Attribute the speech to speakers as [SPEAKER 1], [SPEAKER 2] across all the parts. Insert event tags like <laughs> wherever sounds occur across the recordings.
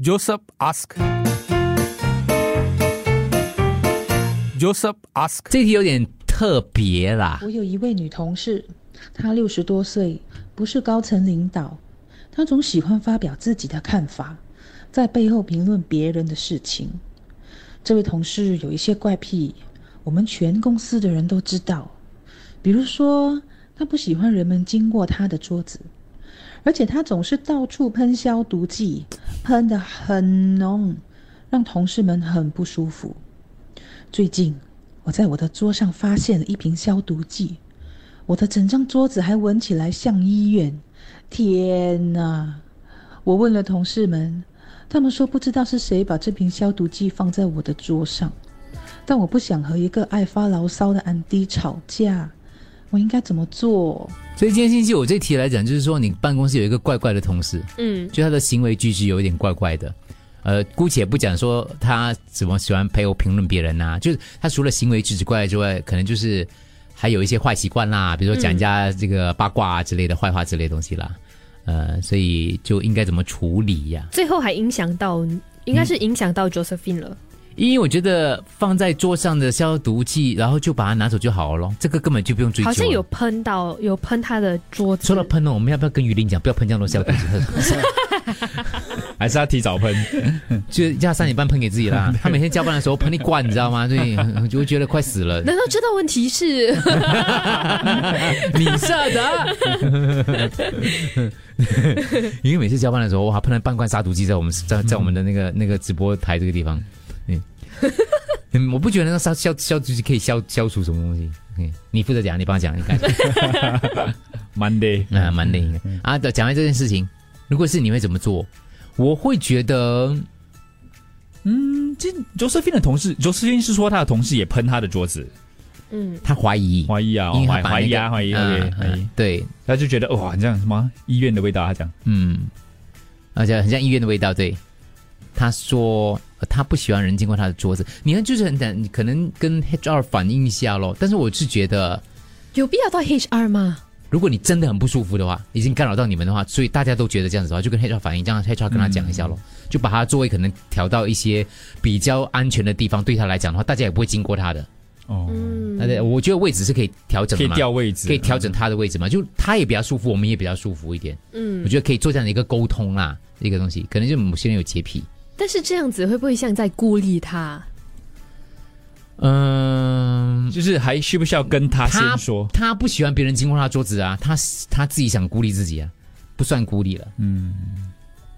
[SPEAKER 1] Joseph ask。Joseph ask，
[SPEAKER 2] 这题有点特别啦。
[SPEAKER 3] 我有一位女同事，她六十多岁，不是高层领导，她总喜欢发表自己的看法，在背后评论别人的事情。这位同事有一些怪癖，我们全公司的人都知道。比如说，她不喜欢人们经过她的桌子，而且她总是到处喷消毒剂，喷得很浓，让同事们很不舒服。最近，我在我的桌上发现了一瓶消毒剂，我的整张桌子还闻起来像医院。天哪！我问了同事们，他们说不知道是谁把这瓶消毒剂放在我的桌上，但我不想和一个爱发牢骚的安迪吵架，我应该怎么做？
[SPEAKER 2] 所以今天星期五这题来讲，就是说你办公室有一个怪怪的同事，
[SPEAKER 4] 嗯，
[SPEAKER 2] 就他的行为举止有一点怪怪的。呃，姑且不讲说他怎么喜欢陪我评论别人呐、就是他除了行为举止怪之外，可能就是还有一些坏习惯啦，比如说讲人家这个八卦啊之类的坏话之类的东西啦。呃，所以就应该怎么处理呀、
[SPEAKER 4] 最后还影响到，应该是
[SPEAKER 2] 嗯
[SPEAKER 4] 影响到 Josephine 了。
[SPEAKER 2] 因为我觉得放在桌上的消毒剂，然后就把它拿走就好了，这个根本就不用追究。啊
[SPEAKER 4] 好像有。喷到，有喷他的桌子。
[SPEAKER 2] 除了喷呢，我们要不要跟雨林讲，不要喷这样多消毒剂？
[SPEAKER 5] 还是他提早喷？
[SPEAKER 2] 就是要三点半喷给自己啦。他每天交班的时候喷一罐，你知道吗？所以我就觉得快死了。
[SPEAKER 4] 难道知道问题是？
[SPEAKER 2] 你设的，啊因为每次交班的时候，哇，喷了半罐杀毒剂在我们在在我们的那个那个直播台这个地方，嗯，嗯我不觉得那个杀消消毒剂可以消消除什么东西。嗯，你负责讲，你帮我讲，你看，
[SPEAKER 5] Monday，
[SPEAKER 2] 啊，蛮累的啊。讲完这件事情，如果是你会怎么做？我会觉得，
[SPEAKER 5] 嗯，这 Josephine 的同事，Josephine 是说他的同事也喷他的桌子，
[SPEAKER 4] <laughs> 嗯，
[SPEAKER 2] 他怀疑，
[SPEAKER 5] 怀疑啊，
[SPEAKER 2] 因
[SPEAKER 5] 哦
[SPEAKER 2] 为他
[SPEAKER 5] 怀
[SPEAKER 2] 把
[SPEAKER 5] 怀疑
[SPEAKER 2] 那
[SPEAKER 5] 啊，
[SPEAKER 2] 个
[SPEAKER 5] 怀
[SPEAKER 2] 嗯
[SPEAKER 5] 疑，OK，怀疑
[SPEAKER 2] 嗯，对，
[SPEAKER 5] 他就觉得哇，这样什么医院的味道，他讲，
[SPEAKER 2] 嗯，而且很像医院的味道。对，他说、呃他不喜欢人经过他的桌子，你看就是很难，你可能跟 HR 反映一下咯。但是我是觉得，
[SPEAKER 4] 有必要到 HR 吗？
[SPEAKER 2] 如果你真的很不舒服的话，已经干扰到你们的话，所以大家都觉得这样子的话，就跟 HR 反映，这样 HR 跟他讲一下咯，
[SPEAKER 5] 嗯
[SPEAKER 2] 就把他座位可能调到一些比较安全的地方，对他来讲的话，大家也不会经过他的。
[SPEAKER 5] 哦，
[SPEAKER 4] 嗯
[SPEAKER 2] 大家、我觉得位置是可以调整的
[SPEAKER 5] 可以
[SPEAKER 2] 嘛。
[SPEAKER 5] 调位置，
[SPEAKER 2] 可以调整他的位置嘛？就他也比较舒服，我们也比较舒服一点。我
[SPEAKER 4] 嗯，
[SPEAKER 2] 觉得可以做这样的一个沟通啦，一个东西。可能就某些人有洁癖，
[SPEAKER 4] 但是这样子会不会像在孤立他？
[SPEAKER 2] 嗯，
[SPEAKER 5] 就是还需不需要跟他
[SPEAKER 2] 他
[SPEAKER 5] 先说？
[SPEAKER 2] 他不喜欢别人经过他的桌子啊，他他自己想孤立自己啊，不算孤立了。
[SPEAKER 5] 嗯，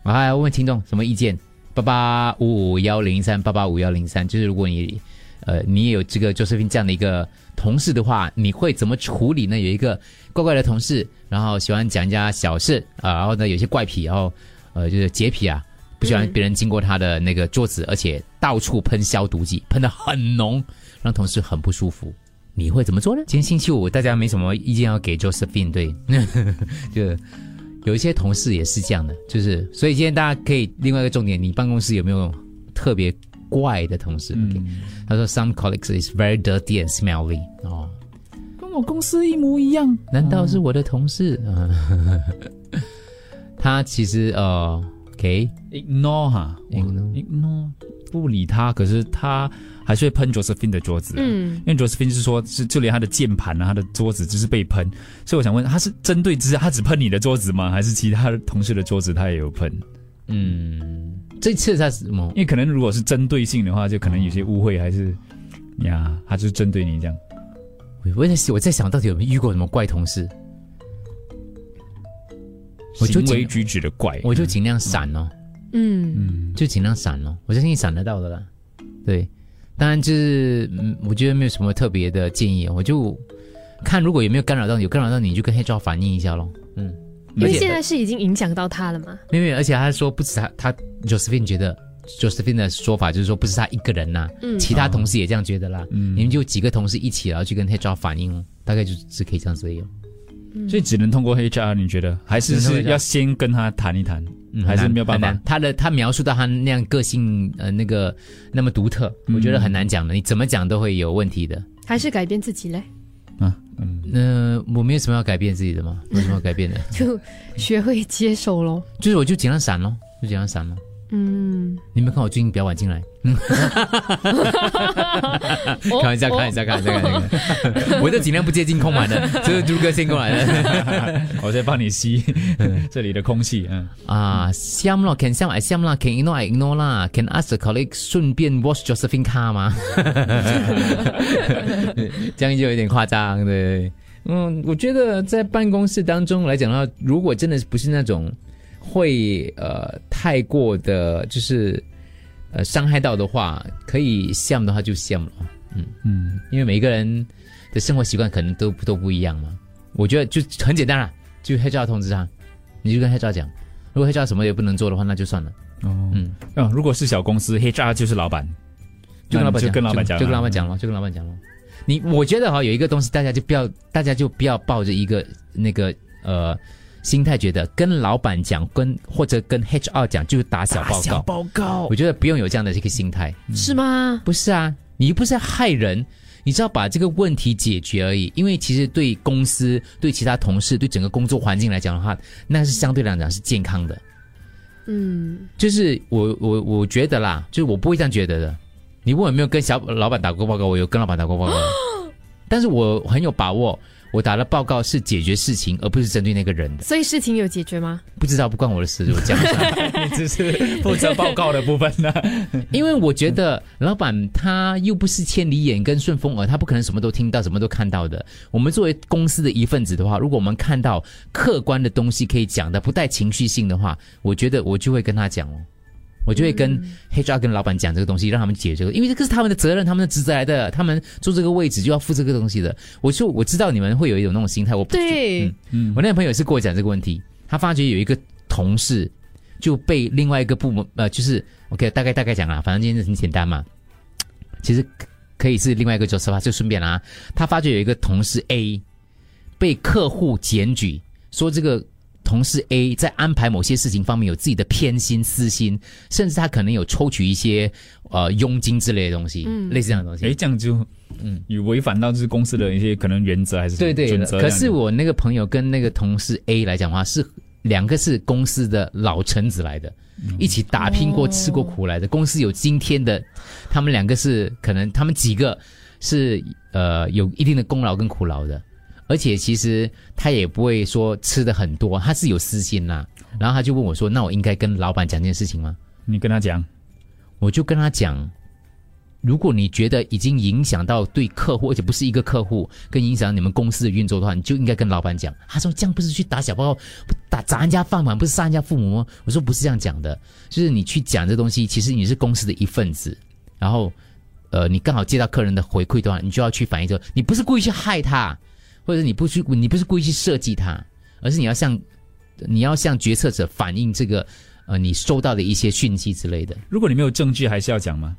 [SPEAKER 2] 哎，问问听众什么意见？八八五五幺零三八八五幺零三，就是如果你呃你也有这个 Josephine 这样的一个同事的话，你会怎么处理呢？有一个怪怪的同事，然后喜欢讲人家小事啊、然后呢有些怪癖，然后呃就是洁癖啊，不喜欢
[SPEAKER 4] 嗯
[SPEAKER 2] 别人经过他的那个桌子，而且到处喷消毒剂，喷的很浓，让同事很不舒服。你会怎么做呢？今天星期五，大家没什么意见要给 Josephine，对，嗯就有一些同事也是这样的，就是所以今天大家可以另外一个重点，你办公室有没有特别怪的同
[SPEAKER 5] 嗯
[SPEAKER 2] 事、o k 他说 Some colleagues is very dirty and smelly。哦，
[SPEAKER 5] 跟我公司一模一样，
[SPEAKER 2] 难道是我的同事？嗯 <laughs> 他其实呃，OK，嗯
[SPEAKER 5] ignore 哈
[SPEAKER 2] Ignore
[SPEAKER 5] ignore 不理他，可是他还是会喷 Josephine 的桌子。啊
[SPEAKER 4] 嗯
[SPEAKER 5] 因为 Josephine 是说，是就连他的键盘啊，他的桌子就是被喷，所以我想问，他是针对只他只喷你的桌子吗？还是其他同事的桌子他也有喷？
[SPEAKER 2] 嗯，这次他是什么
[SPEAKER 5] 因？为可能如果是针对性的话，就可能有些误会，还是呀，他就是针对你这样。
[SPEAKER 2] 我在我在想到底有没有遇过什么怪同事？我就
[SPEAKER 5] 行为
[SPEAKER 2] 尽
[SPEAKER 5] 举止的怪，
[SPEAKER 2] 我就尽量闪哦。
[SPEAKER 4] 嗯
[SPEAKER 5] 嗯，
[SPEAKER 2] 就尽量闪咯，我相信你闪得到的啦。对，当然就是，嗯，我觉得没有什么特别的建议，我就看如果有没有干扰到你，有干扰到你，你就跟黑照反映一下咯。嗯，
[SPEAKER 4] 因
[SPEAKER 2] 而
[SPEAKER 4] 为
[SPEAKER 2] 且
[SPEAKER 4] 现在是已经影响到他了嘛。
[SPEAKER 2] 没有，没有而且他说不止他，他 Josephine 觉得 Josephine 的说法就是说不是他一个人呐、
[SPEAKER 4] 嗯
[SPEAKER 2] 其他同事也这样觉得啦。
[SPEAKER 5] 嗯
[SPEAKER 2] 你们就几个同事一起，然后去跟黑照反映哦，大概就是可以这样子而已哦。
[SPEAKER 4] 嗯
[SPEAKER 5] 所以只能通过 HR，你觉得还是
[SPEAKER 2] 只能
[SPEAKER 5] 是
[SPEAKER 2] 通过 HR
[SPEAKER 5] 要先跟他谈一谈，
[SPEAKER 2] 嗯
[SPEAKER 5] 还是
[SPEAKER 2] 很难
[SPEAKER 5] 没有办
[SPEAKER 2] 很
[SPEAKER 5] 法
[SPEAKER 2] 难。他的他描述到他那样个性，呃，那个那么独特，
[SPEAKER 5] 嗯
[SPEAKER 2] 我觉得很难讲的，你怎么讲都会有问题的。
[SPEAKER 4] 还是改变自己嘞，
[SPEAKER 5] 啊？嗯，
[SPEAKER 2] 那、我没有什么要改变自己的
[SPEAKER 5] <laughs>
[SPEAKER 2] 嘛，没有什么要改变的，
[SPEAKER 4] 就学会接受喽。
[SPEAKER 2] 就是我就尽量闪咯，就尽量闪咯。
[SPEAKER 4] 嗯，
[SPEAKER 2] 你有没有看我最近比较晚进来？
[SPEAKER 4] 哦
[SPEAKER 2] 开玩笑，开
[SPEAKER 4] 哦
[SPEAKER 2] 玩笑，开玩笑，开玩
[SPEAKER 5] 哦
[SPEAKER 2] 笑。我就尽量不接近空盘
[SPEAKER 5] <laughs>
[SPEAKER 2] 的，就是朱哥先过来的
[SPEAKER 5] 我在帮你吸
[SPEAKER 2] <laughs>
[SPEAKER 5] 这里的空气，嗯，
[SPEAKER 2] 啊。Siam 咯，can Siam I Siam 啦，can ignore I ignore 啦，can ask the colleague 顺便 wash Josephine car 吗？ <laughs> 这样就有点夸张，对对对。嗯，我觉得在办公室当中来讲的话，如果真的不是那种会呃太过的，就是呃伤害到的话，可以 Siam 的话就 Siam 了。
[SPEAKER 5] 嗯，
[SPEAKER 2] 因为每一个人的生活习惯可能都都不一样嘛。我觉得就很简单啦，就黑照通知他，你就跟黑照讲，如果黑照什么也不能做的话，那就算了，
[SPEAKER 5] 哦，
[SPEAKER 2] 嗯
[SPEAKER 5] 嗯，啊，如果是小公司，HR 就是老板，
[SPEAKER 2] 就跟老板讲，
[SPEAKER 5] 就跟老板讲啊，
[SPEAKER 2] 就跟老板讲了，就跟老板讲了。你我觉得哈、有一个东西，大家就不要，大家就不要抱着一个那个呃心态，觉得跟老板讲，跟或者跟 HR 讲就是打小报告。
[SPEAKER 5] 嗯报告
[SPEAKER 2] 我觉得不用有这样的这个心态。
[SPEAKER 4] 是吗？
[SPEAKER 2] 不是啊，你又不是害人，你只要把这个问题解决而已。因为其实对公司、对其他同事、对整个工作环境来讲的话，那是相对来讲是健康的。
[SPEAKER 4] 嗯，
[SPEAKER 2] 就是我我我觉得啦，就是我不会这样觉得的。你问我有没有跟小老板打过报告，我有跟老板打过报告，但是我很有把握，我打的报告是解决事情，而不是针对那个人的。
[SPEAKER 4] 所以事情有解决吗？
[SPEAKER 2] 不知道不关我的事，我讲一下。
[SPEAKER 5] <laughs> 只是负责报告的部分啊
[SPEAKER 2] <laughs>
[SPEAKER 5] 呢，
[SPEAKER 2] 因为我觉得老板他又不是千里眼跟顺风耳，他不可能什么都听到、什么都看到的。我们作为公司的一份子的话，如果我们看到客观的东西可以讲的，不带情绪性的话，我觉得我就会跟他讲哦，我就会跟 HR 跟老板讲这个东西，让他们解决这个，因为这个是他们的责任、他们的职责来的，他们坐这个位置就要负这个东西的。我就我知道你们会有一种那种心态，我不
[SPEAKER 4] 对，
[SPEAKER 5] 嗯
[SPEAKER 2] 我，那个朋友也是跟我讲这个问题，他发觉有一个同事就被另外一个部门，呃，就是 OK，大概大概讲啦，反正今天很简单嘛。其实可可以是另外一个 Joseph，啊就顺便啦、他发觉有一个同事 A 被客户检举，说这个同事 A 在安排某些事情方面有自己的偏心、私心，甚至他可能有抽取一些呃佣金之类的东西，
[SPEAKER 4] 嗯
[SPEAKER 2] 类似这样的东西。
[SPEAKER 5] 诶，这样就，嗯，有违反到就是公司的一些可能原则还是
[SPEAKER 2] 对对
[SPEAKER 5] 准
[SPEAKER 2] 的，
[SPEAKER 5] 则这
[SPEAKER 2] 可
[SPEAKER 5] 样子，
[SPEAKER 2] 是我那个朋友跟那个同事 A 来讲的话，是两个是公司的老臣子来的，
[SPEAKER 5] 嗯
[SPEAKER 2] 一起打拼过、
[SPEAKER 3] 哦
[SPEAKER 2] 吃过苦来的。公司有今天的，他们两个是可能他们几个是呃有一定的功劳跟苦劳的。而且其实他也不会说吃的很多，他是有私心啦。
[SPEAKER 5] 哦
[SPEAKER 2] 然后他就问我说：“那我应该跟老板讲这件事情吗？”
[SPEAKER 5] 你跟他讲，
[SPEAKER 2] 我就跟他讲，如果你觉得已经影响到对客户，而且不是一个客户，跟影响你们公司的运作的话，你就应该跟老板讲。他说这样不是去打小报告，不打砸人家饭碗，不是杀人家父母吗？我说不是这样讲的，就是你去讲这东西，其实你是公司的一份子，然后呃，你刚好接到客人的回馈的话，你就要去反映说，你不是故意去害他，或者你不去，你不是故意去设计他，而是你要向你要向决策者反映这个呃你收到的一些讯息之类的。
[SPEAKER 5] 如果你没有证据，还是要讲吗？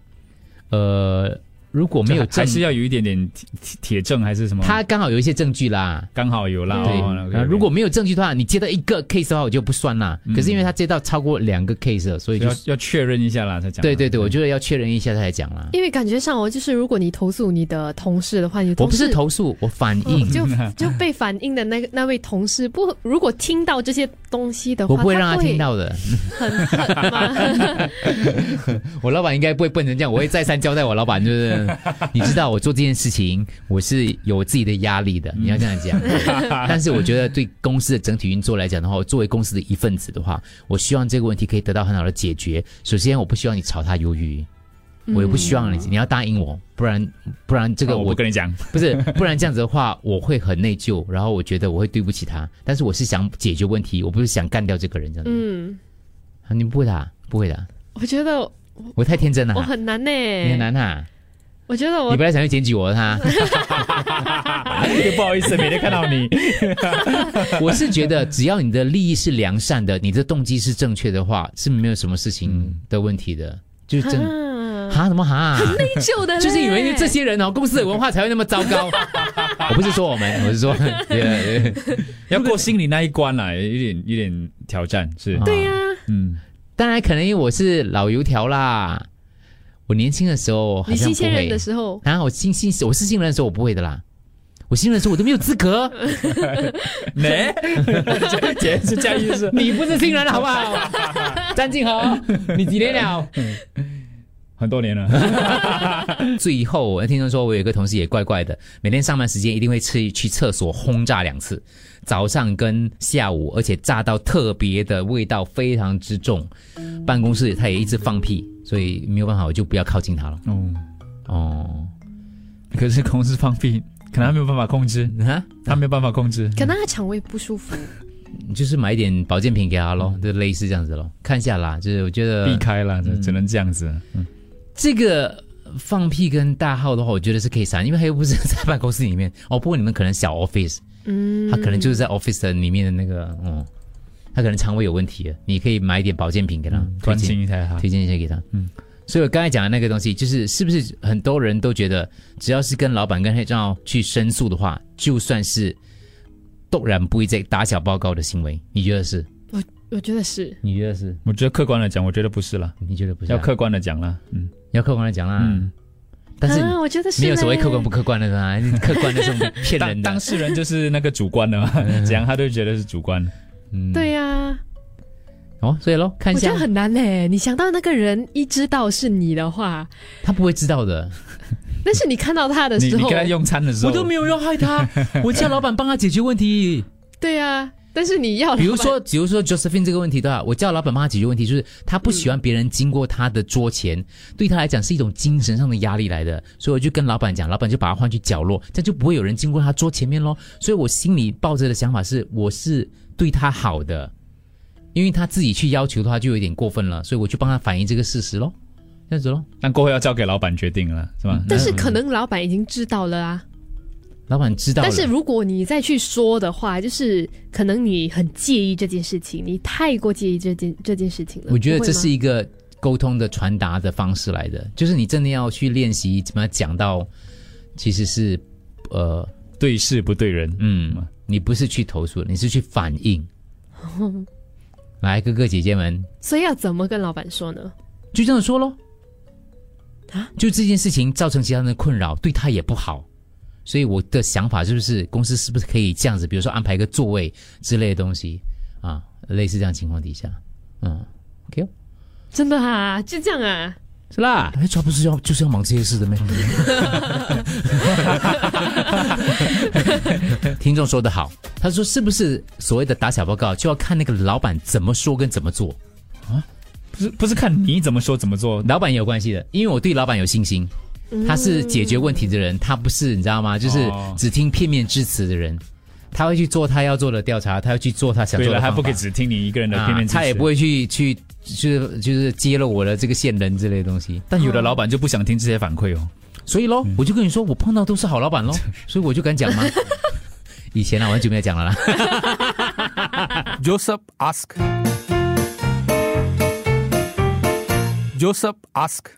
[SPEAKER 2] 呃，如果没有
[SPEAKER 5] 就还
[SPEAKER 2] 证
[SPEAKER 5] 还，是要有一点点铁铁铁证还是什么？
[SPEAKER 2] 他刚好有一些证据啦。
[SPEAKER 5] 刚好有啦，
[SPEAKER 2] 对，
[SPEAKER 5] 哦，OK，OK 嗯
[SPEAKER 2] 呃如果没有证据的话，你接到一个 case 的话，我就不算啦。可是因为他接到超过两个 case，了所以就
[SPEAKER 5] 要啊要确认一下啦，才讲。嗯
[SPEAKER 2] 对对对，我觉得要确认一下他才讲啦。
[SPEAKER 4] 因为感觉上哦，就是如果你投诉你的同事的话，你的
[SPEAKER 2] 我
[SPEAKER 4] 同
[SPEAKER 2] 不是
[SPEAKER 4] 事
[SPEAKER 2] 投诉，我反应
[SPEAKER 4] 嗯，
[SPEAKER 2] <laughs>
[SPEAKER 4] 就就被反映的那个那位同事不，如果听到这些东西的话，
[SPEAKER 2] 我不会让他
[SPEAKER 4] 他
[SPEAKER 2] 听，到的。
[SPEAKER 4] 很很吗？ <laughs>
[SPEAKER 2] 我老板应该不会笨成这样，我会再三交代我老板，就是 <laughs> 你知道我做这件事情，我是有自己的压力的，你要这样讲。嗯 <laughs> 但是我觉得对公司的整体运作来讲的话，我作为公司的一份子的话，我希望这个问题可以得到很好的解决。首先，我不希望你炒他鱿鱼，
[SPEAKER 4] 嗯
[SPEAKER 2] 我也不希望你，你要答应我，不然不然这
[SPEAKER 5] 这
[SPEAKER 2] 个
[SPEAKER 5] 哦我
[SPEAKER 2] 啊我、
[SPEAKER 5] 不跟
[SPEAKER 2] <laughs>
[SPEAKER 5] 你讲，
[SPEAKER 2] 不是，不然这样子的话，我会很内疚，然后我觉得我会对不起他。但是我是想解决问题，我不是想干掉这个人这样子。
[SPEAKER 4] 嗯，
[SPEAKER 2] 啊你们不会打，不会打，
[SPEAKER 4] 我觉得
[SPEAKER 2] 我太天真了
[SPEAKER 4] 我
[SPEAKER 2] 哈，
[SPEAKER 4] 很难呢，
[SPEAKER 2] 你 <laughs> 很难啊哈。
[SPEAKER 4] 我觉得我
[SPEAKER 2] <laughs> 你本来想去检举我的啊哈，
[SPEAKER 5] 哎不好意思，每天看到
[SPEAKER 2] <laughs>
[SPEAKER 5] 你，
[SPEAKER 4] <laughs>
[SPEAKER 2] 我是觉得只要你的利益是良善的，你的动机是正确的话，是没有什么事情的问题的，嗯就是真
[SPEAKER 4] 啊，
[SPEAKER 2] 哈什么哈， <laughs>
[SPEAKER 4] 内疚的嘞，
[SPEAKER 2] 就是以为这些人哦，公司的文化才会那么糟糕。 <laughs> 我不是说我们，我是说， <laughs> 对
[SPEAKER 5] 要过心里那一关啦，有点有点挑战，是，
[SPEAKER 4] 对
[SPEAKER 2] 啊
[SPEAKER 4] 呀、
[SPEAKER 5] 嗯，
[SPEAKER 2] 当然可能因为我是老油条啦，我年轻的时候好
[SPEAKER 4] 你
[SPEAKER 2] 像
[SPEAKER 4] 新
[SPEAKER 2] 不
[SPEAKER 4] 鲜人
[SPEAKER 2] 会啊
[SPEAKER 4] 的，时候，
[SPEAKER 2] 然后我新新我是新人的时候我不会的啦。我新人说我都没有资 <laughs> 格，
[SPEAKER 5] 呢，姐是这样意思，
[SPEAKER 2] <laughs> 你不是新人好不好？ <laughs> 张静豪，你几年了？
[SPEAKER 5] 很多年
[SPEAKER 2] <laughs>
[SPEAKER 5] 了，
[SPEAKER 2] 最后，我听说我有一个同事也怪怪的，每天上班时间一定会去去厕所轰炸两次，早上跟下午，而且炸到特别的味道非常之重。办公室他也一直放屁，所以没有办法，我就不要靠近他了。
[SPEAKER 5] 哦，
[SPEAKER 2] 哦，
[SPEAKER 5] 可是公司放屁，可能他没有办法控制，
[SPEAKER 2] 啊，
[SPEAKER 5] 他没有办法控制，
[SPEAKER 4] 可能他肠胃不舒服，
[SPEAKER 2] 就是买一点保健品给他咯，就类似这样子咯。看一下啦，就是我觉得
[SPEAKER 5] 避开了，只只能这样子，嗯
[SPEAKER 2] 这个放屁跟大号的话，我觉得是可以闪，因为他又不是在办公室里面哦。不过你们可能小 office，嗯，他可能就是在 office 的里面的那个，嗯，他可能肠胃有问题了，你可以买一点保健品给他，推
[SPEAKER 5] 嗯关
[SPEAKER 2] 荐
[SPEAKER 5] 心一下他，
[SPEAKER 2] 推荐一下给他，嗯
[SPEAKER 5] 嗯。
[SPEAKER 2] 所以我刚才讲的那个东西，就是是不是很多人都觉得，只要是跟老板跟黑照去申诉的话，就算是动然不一这打小报告的行为，你觉得是？
[SPEAKER 4] 我觉得是。
[SPEAKER 2] 你觉得是？
[SPEAKER 5] 我觉得客观的讲，我觉得不是了，
[SPEAKER 2] 你觉得不是啊、
[SPEAKER 5] 要客观的讲了，嗯
[SPEAKER 2] 要客观的讲啦，
[SPEAKER 5] 嗯，
[SPEAKER 2] 但是
[SPEAKER 4] 啊，我觉得是
[SPEAKER 2] 没有所谓
[SPEAKER 4] 嘞
[SPEAKER 2] 客观不客观的啦，客观的是我们骗
[SPEAKER 5] 当
[SPEAKER 2] 人的
[SPEAKER 5] 当。事人就是那个主
[SPEAKER 2] <laughs>
[SPEAKER 5] 观的嘛，怎样他都觉得是主观，
[SPEAKER 2] 嗯，
[SPEAKER 4] 对呀，
[SPEAKER 2] 哦，所以咯，看一
[SPEAKER 4] 我觉
[SPEAKER 2] 下
[SPEAKER 4] 得，很难嘞。你想到那个人一知道是你的话，
[SPEAKER 2] 他不会知道的。
[SPEAKER 4] 但是你看到他的
[SPEAKER 5] 你
[SPEAKER 4] 时
[SPEAKER 5] 你
[SPEAKER 4] 候
[SPEAKER 5] 跟，他用餐的时候，
[SPEAKER 2] 我都没有要害 <laughs> 他，我叫老板帮他解决问题。
[SPEAKER 4] 对啊，但是你
[SPEAKER 2] <laughs>
[SPEAKER 4] 要，
[SPEAKER 2] 比如说，比如说 Josephine 这个问题的话，我叫老板帮他解决问题，就是他不喜欢别人经过他的桌前，对他来讲是一种精神上的压力来的。所以我就跟老板讲，老板就把他换去角落，这样就不会有人经过他桌前面咯。所以我心里抱着的想法是，我是对他好的，因为他自己去要求的话就有点过分了，所以我去帮他反映这个事实咯，这样子咯。
[SPEAKER 5] 但过后要交给老板决定了，是
[SPEAKER 2] 嗯
[SPEAKER 5] 吧？
[SPEAKER 4] 但是可能老板已经知道了啊。
[SPEAKER 2] 老板知道嗯了，
[SPEAKER 4] 但是如果你再去说的话，就是可能你很介意这件事情，你太过介意这件这件事情了。
[SPEAKER 2] 我觉得
[SPEAKER 4] 不会
[SPEAKER 2] 这
[SPEAKER 4] 吗
[SPEAKER 2] 是一个沟通的传达的方式来的，就是你真的要去练习怎么讲到，其实是呃
[SPEAKER 5] 对事不对人，
[SPEAKER 2] 嗯，你不是去投诉，你是去反
[SPEAKER 4] <laughs>
[SPEAKER 2] 应。来，哥哥姐姐们，
[SPEAKER 4] 所以要怎么跟老板说呢？
[SPEAKER 2] 就这样说咯。
[SPEAKER 4] 啊，
[SPEAKER 2] 就这件事情造成其他人的困扰，对他也不好。所以我的想法是不是公司是不是可以这样子，比如说安排一个座位之类的东西啊，类似这样情况底下，嗯，OK 哦。
[SPEAKER 4] 真的啊，就这样啊，
[SPEAKER 2] 是啦，哎，他不是要就是要忙这些事的吗？ <laughs> 听众说的好，他说是不是所谓的打小报告就要看那个老板怎么说跟怎么做？
[SPEAKER 5] 不是不是看你怎么说怎么做，
[SPEAKER 2] 老板也有关系的，因为我对老板有信心，他是解决问题的人，他不是你知道吗？就是
[SPEAKER 5] 哦
[SPEAKER 2] 只听片面之词的人，他会去做他要做的调查，他会去做他想
[SPEAKER 5] 对
[SPEAKER 2] 做的
[SPEAKER 5] 了，
[SPEAKER 2] 方法。
[SPEAKER 5] 他不可以只听你一个人的
[SPEAKER 2] 啊
[SPEAKER 5] 片面之词，
[SPEAKER 2] 他也不。会去去就是就是揭露我的这个线人之类的东西。
[SPEAKER 5] 但有的老板就不想听这些反馈哦，
[SPEAKER 2] 所以咯，我就跟你说，我碰到都是好老板咯，所以我就敢讲嘛。以前啊，我很久没有讲了啦。
[SPEAKER 1] Joseph Ask. Joseph Ask.